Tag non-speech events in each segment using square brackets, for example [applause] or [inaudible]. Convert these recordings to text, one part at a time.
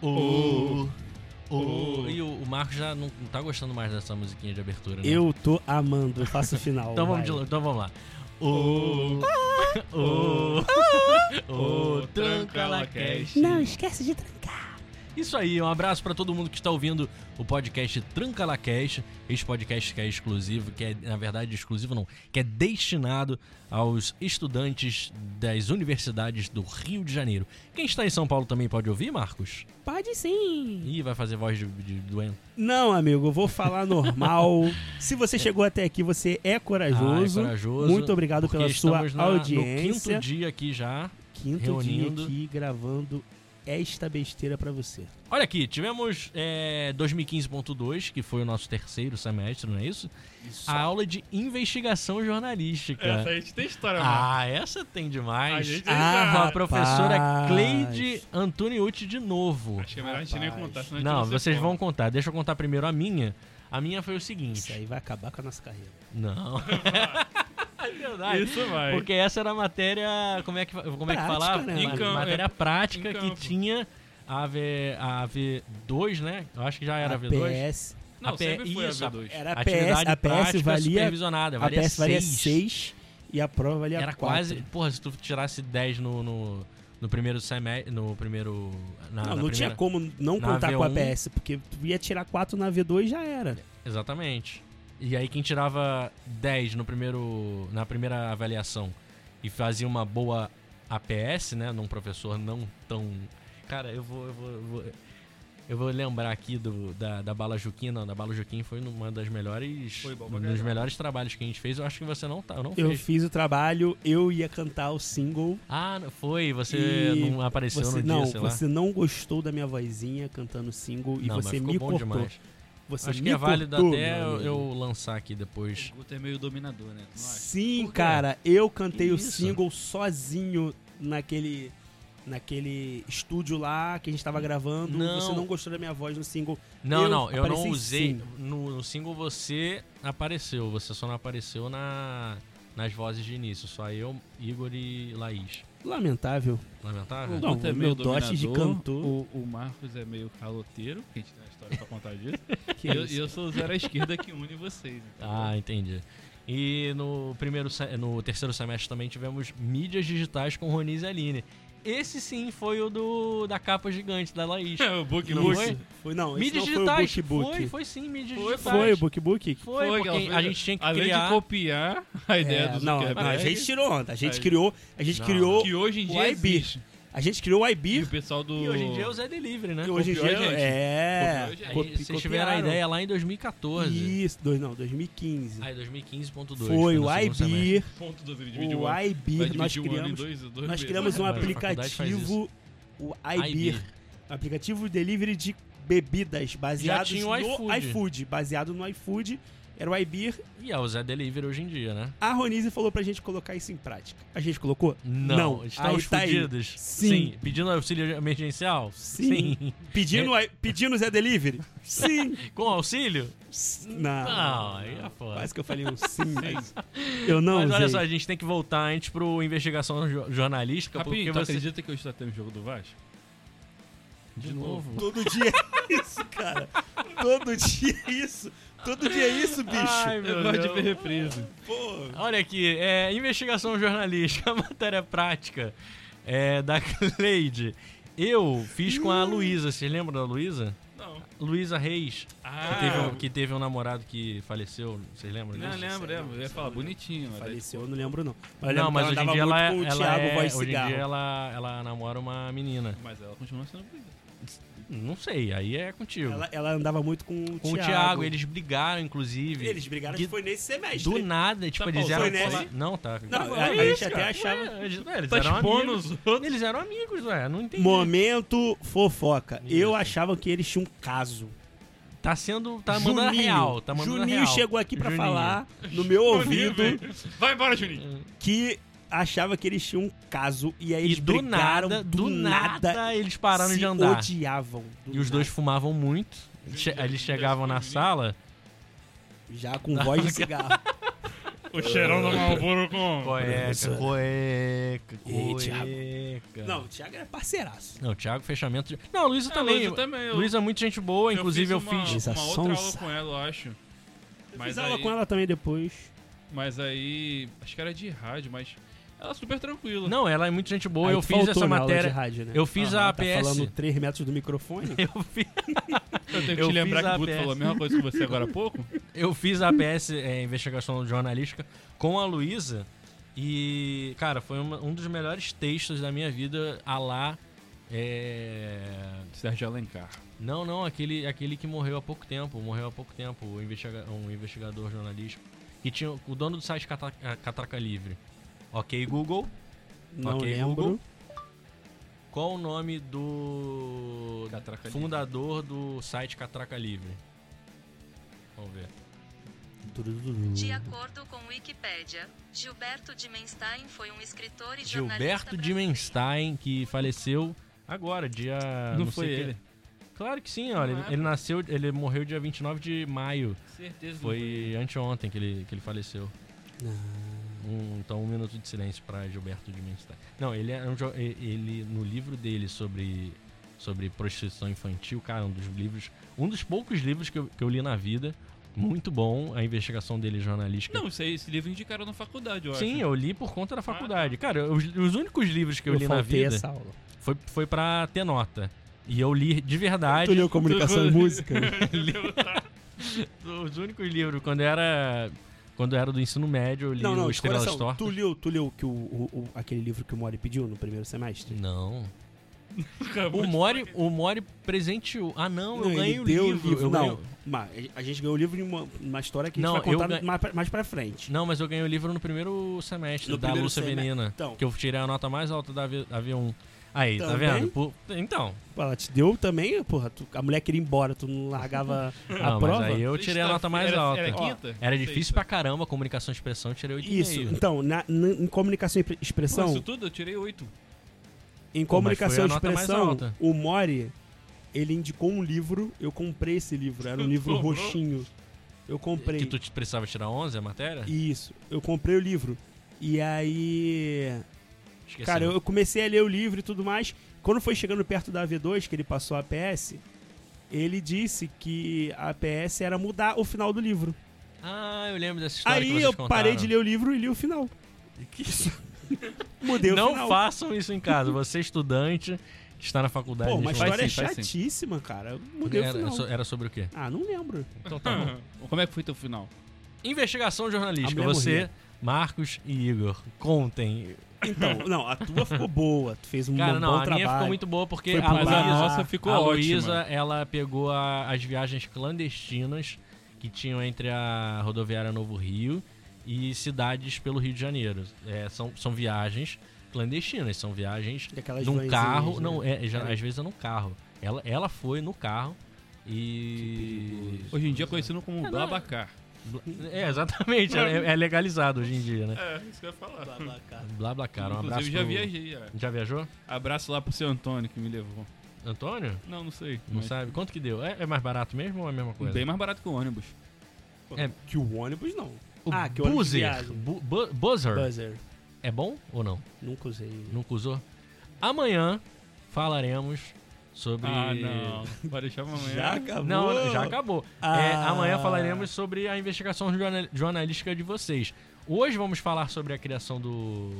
Oh, oh, O- Uh, E o, o Marco já não, não tá gostando mais dessa musiquinha de abertura, né? Eu tô amando, eu faço o final. Então vamos, vai. Uh, de, novo, então vamos lá. Uh, O. O. O. Tranca Lacast. Não esquece de trancar. Isso aí, um abraço pra todo mundo que está ouvindo o podcast Tranca La Cash, esse podcast que é exclusivo, que é, na verdade, exclusivo não, que é destinado aos estudantes das universidades do Rio de Janeiro. Quem está em São Paulo também pode ouvir, Marcos? Pode sim. Ih, vai fazer voz de, de doente. Não, amigo, eu vou falar normal. [laughs] Se você chegou até aqui, você é corajoso. Ah, é corajoso, Muito obrigado porque pela sua estamos na- No audiência. quinto dia aqui já. Quinto reunindo. dia aqui gravando esta besteira pra você. Olha aqui, tivemos é, 2015.2, que foi o nosso terceiro semestre, não é isso? Isso. A aula de investigação jornalística. É, Essa a gente tem história, né? mano. É. Ah, essa tem demais. A gente Ah, Com a rapaz. professora Cleide Antoniucci de novo. Acho que é melhor a gente nem Rapaz. contar, senão a gente Não, se vocês forma. vão contar. Deixa eu contar primeiro a minha. A minha foi o Isso seguinte. aí vai acabar com a nossa carreira. Não. é verdade. Isso vai. Porque essa era a matéria. Como é que, como é que Prática, fala? né? Ma- Em campo, matéria é. prática Em que campo. tinha a, v, a V2, né? Eu acho que já era a a V2. PS Não, a sempre foi a isso, V2. era a PS, Atividade a PS prática valia- supervisionada. A PS valia seis. 6 e a prova valia Era 4. quase. Porra, se tu tirasse 10 no, no, no primeiro semestre. No primeiro. Na, Não, Ah, na não primeira- tinha como não na contar com a V1. PS, porque tu ia tirar 4 na V2 já era. É. Exatamente. E aí quem tirava 10 no primeiro, na primeira avaliação e fazia uma boa APS, né? Num professor não tão. Cara, eu vou. Eu vou, eu vou... eu vou lembrar aqui do, da, da Bala Juquim, não, da Bala Juquim foi uma das melhores, Foi bom pra um dos caralho. melhores trabalhos que a gente fez. Eu acho que você não tá, não Eu fez. fiz o trabalho, eu ia cantar o single. Ah, não- foi, você E não apareceu você no dia, não, sei lá. você não gostou da minha vozinha cantando single e não, mas você ficou me bom cortou. demais. Você Acho me que é válido cortou, até meu eu, amigo. eu lançar aqui depois. O Guto é meio dominador, né? Tu não acha? Sim, Por quê? cara, eu cantei o Isso. single sozinho naquele naquele estúdio lá que a gente tava gravando. Não. Você não gostou da minha voz no single. Não, Eu não, eu não apareci usei. sim. No, no single você apareceu, você só não apareceu na, nas vozes de início. Só eu, Igor e Laís. Lamentável. Lamentável? O Não, Guto é o meu meio dote dominador, de cantor. O, o Marcos é meio caloteiro, que a gente tem uma história pra contar disso. Que e eu, isso? e eu sou o zero à esquerda que une vocês. então. entendeu? Ah, entendi. E no, primeiro, se- no terceiro semestre também tivemos mídias digitais com Roniz e Aline. Esse sim foi o do, da capa gigante da Laís. É, [laughs] o Book Isso. Book. foi? Foi, não, esse mídias não foi o digitais. Book Book. Foi, foi sim, mídias Foi, digitais. Foi o Book Book? Foi, Foi, porque ela fez- a gente tinha que Além criar... de copiar a ideia É, do não, Zuckerberg, não, a gente tirou onda. A gente Aí. criou, a gente Não. criou, que hoje em o dia IB. existe. a gente criou o E IB. o pessoal do... E hoje em dia é o Zé Delivery, né? E hoje em copiou dia a gente. é. Copiou a gente. Aí, copi- Vocês tiveram a copiaram. ideia lá em 2014. Isso, dois, não, 2015. Aí, 2015.2. foi no o segundo semestre. IB, Ponto do vídeo. divide o ano. Vai IB dividir nós o ano em criamos dois- dois Nós meses. criamos um Mas a faculdade faz aplicativo, o iBeer. iBeer, aplicativo delivery de bebidas baseado tinha o no iFood. iFood. baseado no iFood, era o iBeer. E é o Zé Delivery hoje em dia, né? A Ronise falou pra gente colocar isso em prática. A gente colocou? Estamos Aí tá aí. fudidos. Sim. Pedindo auxílio emergencial? Sim. Pedindo, i- pedindo Zé Delivery? Sim. [laughs] Com auxílio? S- Não. Não, aí é foda. Quase que eu [laughs] falei um sim, mas eu não Mas olha usei. só, a gente tem que voltar antes pro investigação jo- jornalística, Rapidinho, tu porque você... acredita que hoje tá tendo jogo do Vasco? De [laughs] novo? Todo dia é isso, cara. Todo dia é isso. Todo dia é isso, bicho. Ai, meu Eu gosto de Deus. ver reprise. Pô. Olha aqui, é, investigação jornalística, [laughs] a matéria prática é, da Cleide. Eu fiz com a Luísa, vocês lembram da Luísa? Não. Luísa Reis, que, Ah, teve, um- que teve um namorado que faleceu, vocês lembram Não, disso? lembro, lembro. Eu ia falar bonitinho. mas daí- Faleceu, eu não lembro não. Mas eu lembro Não, que mas hoje em andava dia ela, muito com o ela Thiago é, Voz hoje em Cigarro. dia ela, ela namora uma menina. Mas ela continua sendo bonita. Não sei, aí é contigo. Ela, ela andava muito com o Com Thiago. o Thiago, eles brigaram, inclusive. Eles brigaram, De- acho que foi nesse semestre. né? Do nada, tipo, Tá eles pausando eram... isso aí? Não, tá. Não, Ué, a- a eles- gente até achava... ué, Eles, ué, eles Tá eram expondo amigos. os outros. Eles eram amigos, ué, não entendi. Momento fofoca. Isso. Eu achava que eles tinham um caso. Tá sendo. Tá mandando a Juninho. real. Tá mandando a Juninho real. chegou aqui pra Juninho. falar no meu ouvido Vai embora, Juninho. que achava que eles tinham um caso e aí E eles do brigaram, nada, do nada, eles pararam se de andar. odiavam. Do E os dois fumavam muito. Che- Juninho, Eles chegavam na Juninho. sala. [laughs] nada. já com voz de cigarro. O cheirão do Malboro com. Cueca, cueca, Ei, Thiago. cueca. Não, É, o Thiago é parceiraço. Não, Thiago, fechamento de... Não, a Luísa também. Ah, Luísa também, eu- Luísa é muito gente boa, inclusive eu uma, fiz... Luísa uma outra aula Sonsa. com ela, eu acho. Eu Mas Fiz aula aí- com ela também depois. Mas aí. Acho que era de rádio, mas. Ela é super tranquila. Não, ela é muito gente boa, Aí eu tu fiz faltou essa na aula de matéria... rádio, né? Eu fiz Aham, a Tá APS. falando 3 metros do microfone? [laughs] Eu fiz, Eu tenho que Eu te fiz lembrar que a o Guto APS. falou a mesma coisa que você agora há pouco. eu fiz a APS, é, investigação jornalística, com a Luísa. E, cara, foi uma- um dos melhores textos da minha vida, a lá... É... Sérgio Alencar. Não, não, aquele, aquele que morreu há pouco tempo, morreu há pouco tempo, o investiga- um investigador jornalista, que tinha o dono do site Cata- Catraca, Livre. Ok, Google, Não Ok, lembro. Google. qual o nome do Catraca Livre. fundador do site Catraca Livre? Vamos ver. De acordo com Wikipédia, Gilberto Dimenstein foi um escritor e jornalista Gilberto Dimenstein, que faleceu agora, dia... não, sei foi que- ele. Claro que sim, olha, Não ele, é, ele nasceu, ele morreu dia 29 de maio, Certeza. Uhum. foi anteontem que ele, que ele faleceu. Ah, Um- então, um minuto de silêncio para Gilberto de Menstein. Não, ele é um jo- e- ele no livro dele sobre sobre prostituição infantil, cara, um dos livros, um dos poucos livros que eu, que eu li na vida, muito bom, a investigação dele é jornalística. Não, isso aí, esse livro indicaram na faculdade, eu Sim, acho. eu li por conta da Ah. faculdade. Cara, eu- os, os únicos livros que eu, li na faltei vida essa aula. foi foi para ter nota. E eu li de Tu verdade. [laughs] leu comunicação e música? né? Os únicos livros quando eu era quando eu era do ensino médio, eu li não, não, o de Estrelas coração. Tu Tortas. leu, tu leu que o, o- o- aquele livro que o Mori pediu no primeiro semestre? [laughs] Não. O Mori, o Mori presenteou. Ah, não, eu ele ganhei o deu livro. Eu não, ganhei- mas a gente ganhou o livro em uma, uma história que Não, a gente vai eu contar ganhei- mais, pra, mais pra frente. não, mas eu ganhei o livro no primeiro semestre No da primeiro Lúcia semestre. Menina. Então. Que eu tirei a nota mais alta da, V- da V1. Aí, tá Também? vendo? Por- então. Pô, Ela te deu também, porra. tu- a mulher queria ir embora, tu não largava [laughs] a não, prova. mas aí eu tirei a nota mais tá- Era- alta. Era Ó, quinta? tá. Era difícil pra caramba, comunicação e expressão, eu tirei 8,5. Isso, então, na- na- em comunicação e Pô, expressão, isso tudo eu tirei oito. Em Pô, mas comunicação e foi a nota mais expressão, alta. o Mori, ele indicou um livro, eu comprei esse livro, [laughs] era um livro Comprou? roxinho. Eu comprei. Que tu te- precisava tirar 11 a matéria? Isso, eu comprei o livro. E aí. Esqueci. Cara, eu eu comecei a ler o livro e tudo mais. Quando foi chegando perto da V2, que ele passou a APS, ele disse que a APS era mudar o final do livro. Ah, eu lembro dessa história que Aí vocês eu contaram. parei de ler o livro e li o final. Isso. Mudei o Não final. façam isso em casa. Você é estudante, está na faculdade. Pô, uma eles faz vão- história sim, faz sim. chatíssima, cara. Eu Mudei o era, final. so- era sobre o quê? Ah, não lembro. Então tá bom. [laughs] Como é que foi teu final? Investigação A jornalística. mulher Você, morria. Marcos e Igor, contem. [laughs] Então, não, a tua ficou boa, tu fez um Cara, bom, não, bom a trabalho. minha ficou muito boa porque Foi a pro Mas Luísa- a Luísa, nossa ficou a Luísa, ótima. ela pegou a- as viagens clandestinas que tinham entre a rodoviária Novo Rio e cidades pelo Rio de Janeiro. É, são, são viagens clandestinas, são viagens Daquelas num vanzinhas, carro. né? Não, é, já- Cara. às vezes é num carro. Ela, ela foi no carro Que e. perigoso. Hoje em dia é conhecido como Blabacar. É, exatamente. é, é legalizado hoje em dia, né? É, isso que eu ia falar. BlaBlaCar, um abraço Inclusive, já pro- viajei. Já. Já viajou? Abraço lá pro seu Antônio que me levou. Antônio? Não, não sei. Não mas- sabe? Quanto que deu? É, é mais barato mesmo ou é a mesma coisa? Bem mais barato que o ônibus. É. Que o ônibus não. O Ah, que ônibus buzzer, de viagem. bu- bu- buzzer. Buzzer. É bom ou não? Nunca usei. Nunca usou? Amanhã falaremos sobre... Ah, não. Pode deixar pra amanhã. acabou. Não, já acabou. Ah. É, amanhã falaremos sobre a investigação jorna- jornalística de vocês. Hoje vamos falar sobre a criação do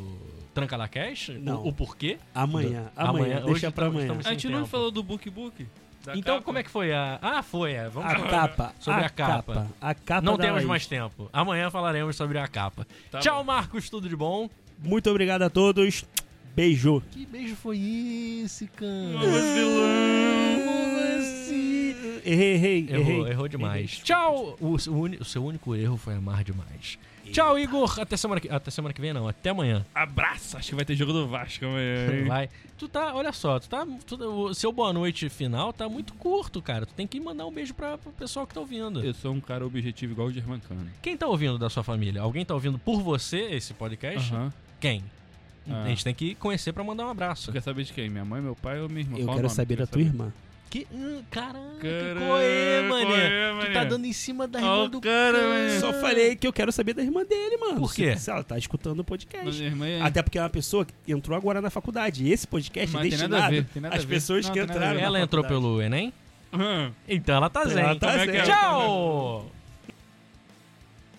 Tranca La Cash? Não. O, o porquê? Amanhã, Amanhã, amanhã, hoje deixa pra estamos- amanhã. estamos- A gente Sem não tempo. falou do Book Book? então, como é que foi a... Ah, foi, é. Vamos A capa, Sobre a capa. A capa Não da temos Laís. mais tempo. Amanhã falaremos sobre a capa. Tá Tchau, bom. Marcos, tudo de bom? Muito obrigado a todos. Beijo. Que beijo foi esse, cara? Errei, errei, Errou, errei. errou demais. Tchau! O, seu uni- o seu único erro foi amar demais. Tchau, Igor. Até semana que, até semana que vem, não. Até amanhã. Abraço! Acho que vai ter jogo do Vasco amanhã. hein? Vai. Tu tá, olha só, tu tá. tu- o seu boa noite final tá muito curto, cara. Tu tem que mandar um beijo pra, pro pessoal que tá ouvindo. Eu sou um cara objetivo igual o Germancano. Quem tá ouvindo da sua família? Alguém tá ouvindo por você esse podcast? Aham. Quem? Ah. A gente tem que conhecer pra mandar um abraço. Tu quer saber de quem? Minha mãe, meu pai ou minha irmã? Eu Qual o quero nome? saber Quer da tua irmã. Que. Hum, caraca, Caraca, coé, mané. coé, Tu mané. tá dando em cima da Ó irmã o do cara, mané. Só falei que eu quero saber da irmã dele, mano. Por quê? Se, se ela tá escutando o Mas podcast. minha irmã é- Até porque é uma pessoa que entrou agora na faculdade. E esse podcast Mas é tem destinado nada a ver, tem nada a às ver. pessoas Não, que tem nada a entraram ver. na Ela entrou faculdade. pelo Enem? Hum. Então ela tá Ela zen. tá Como é zen. que é? Tchau!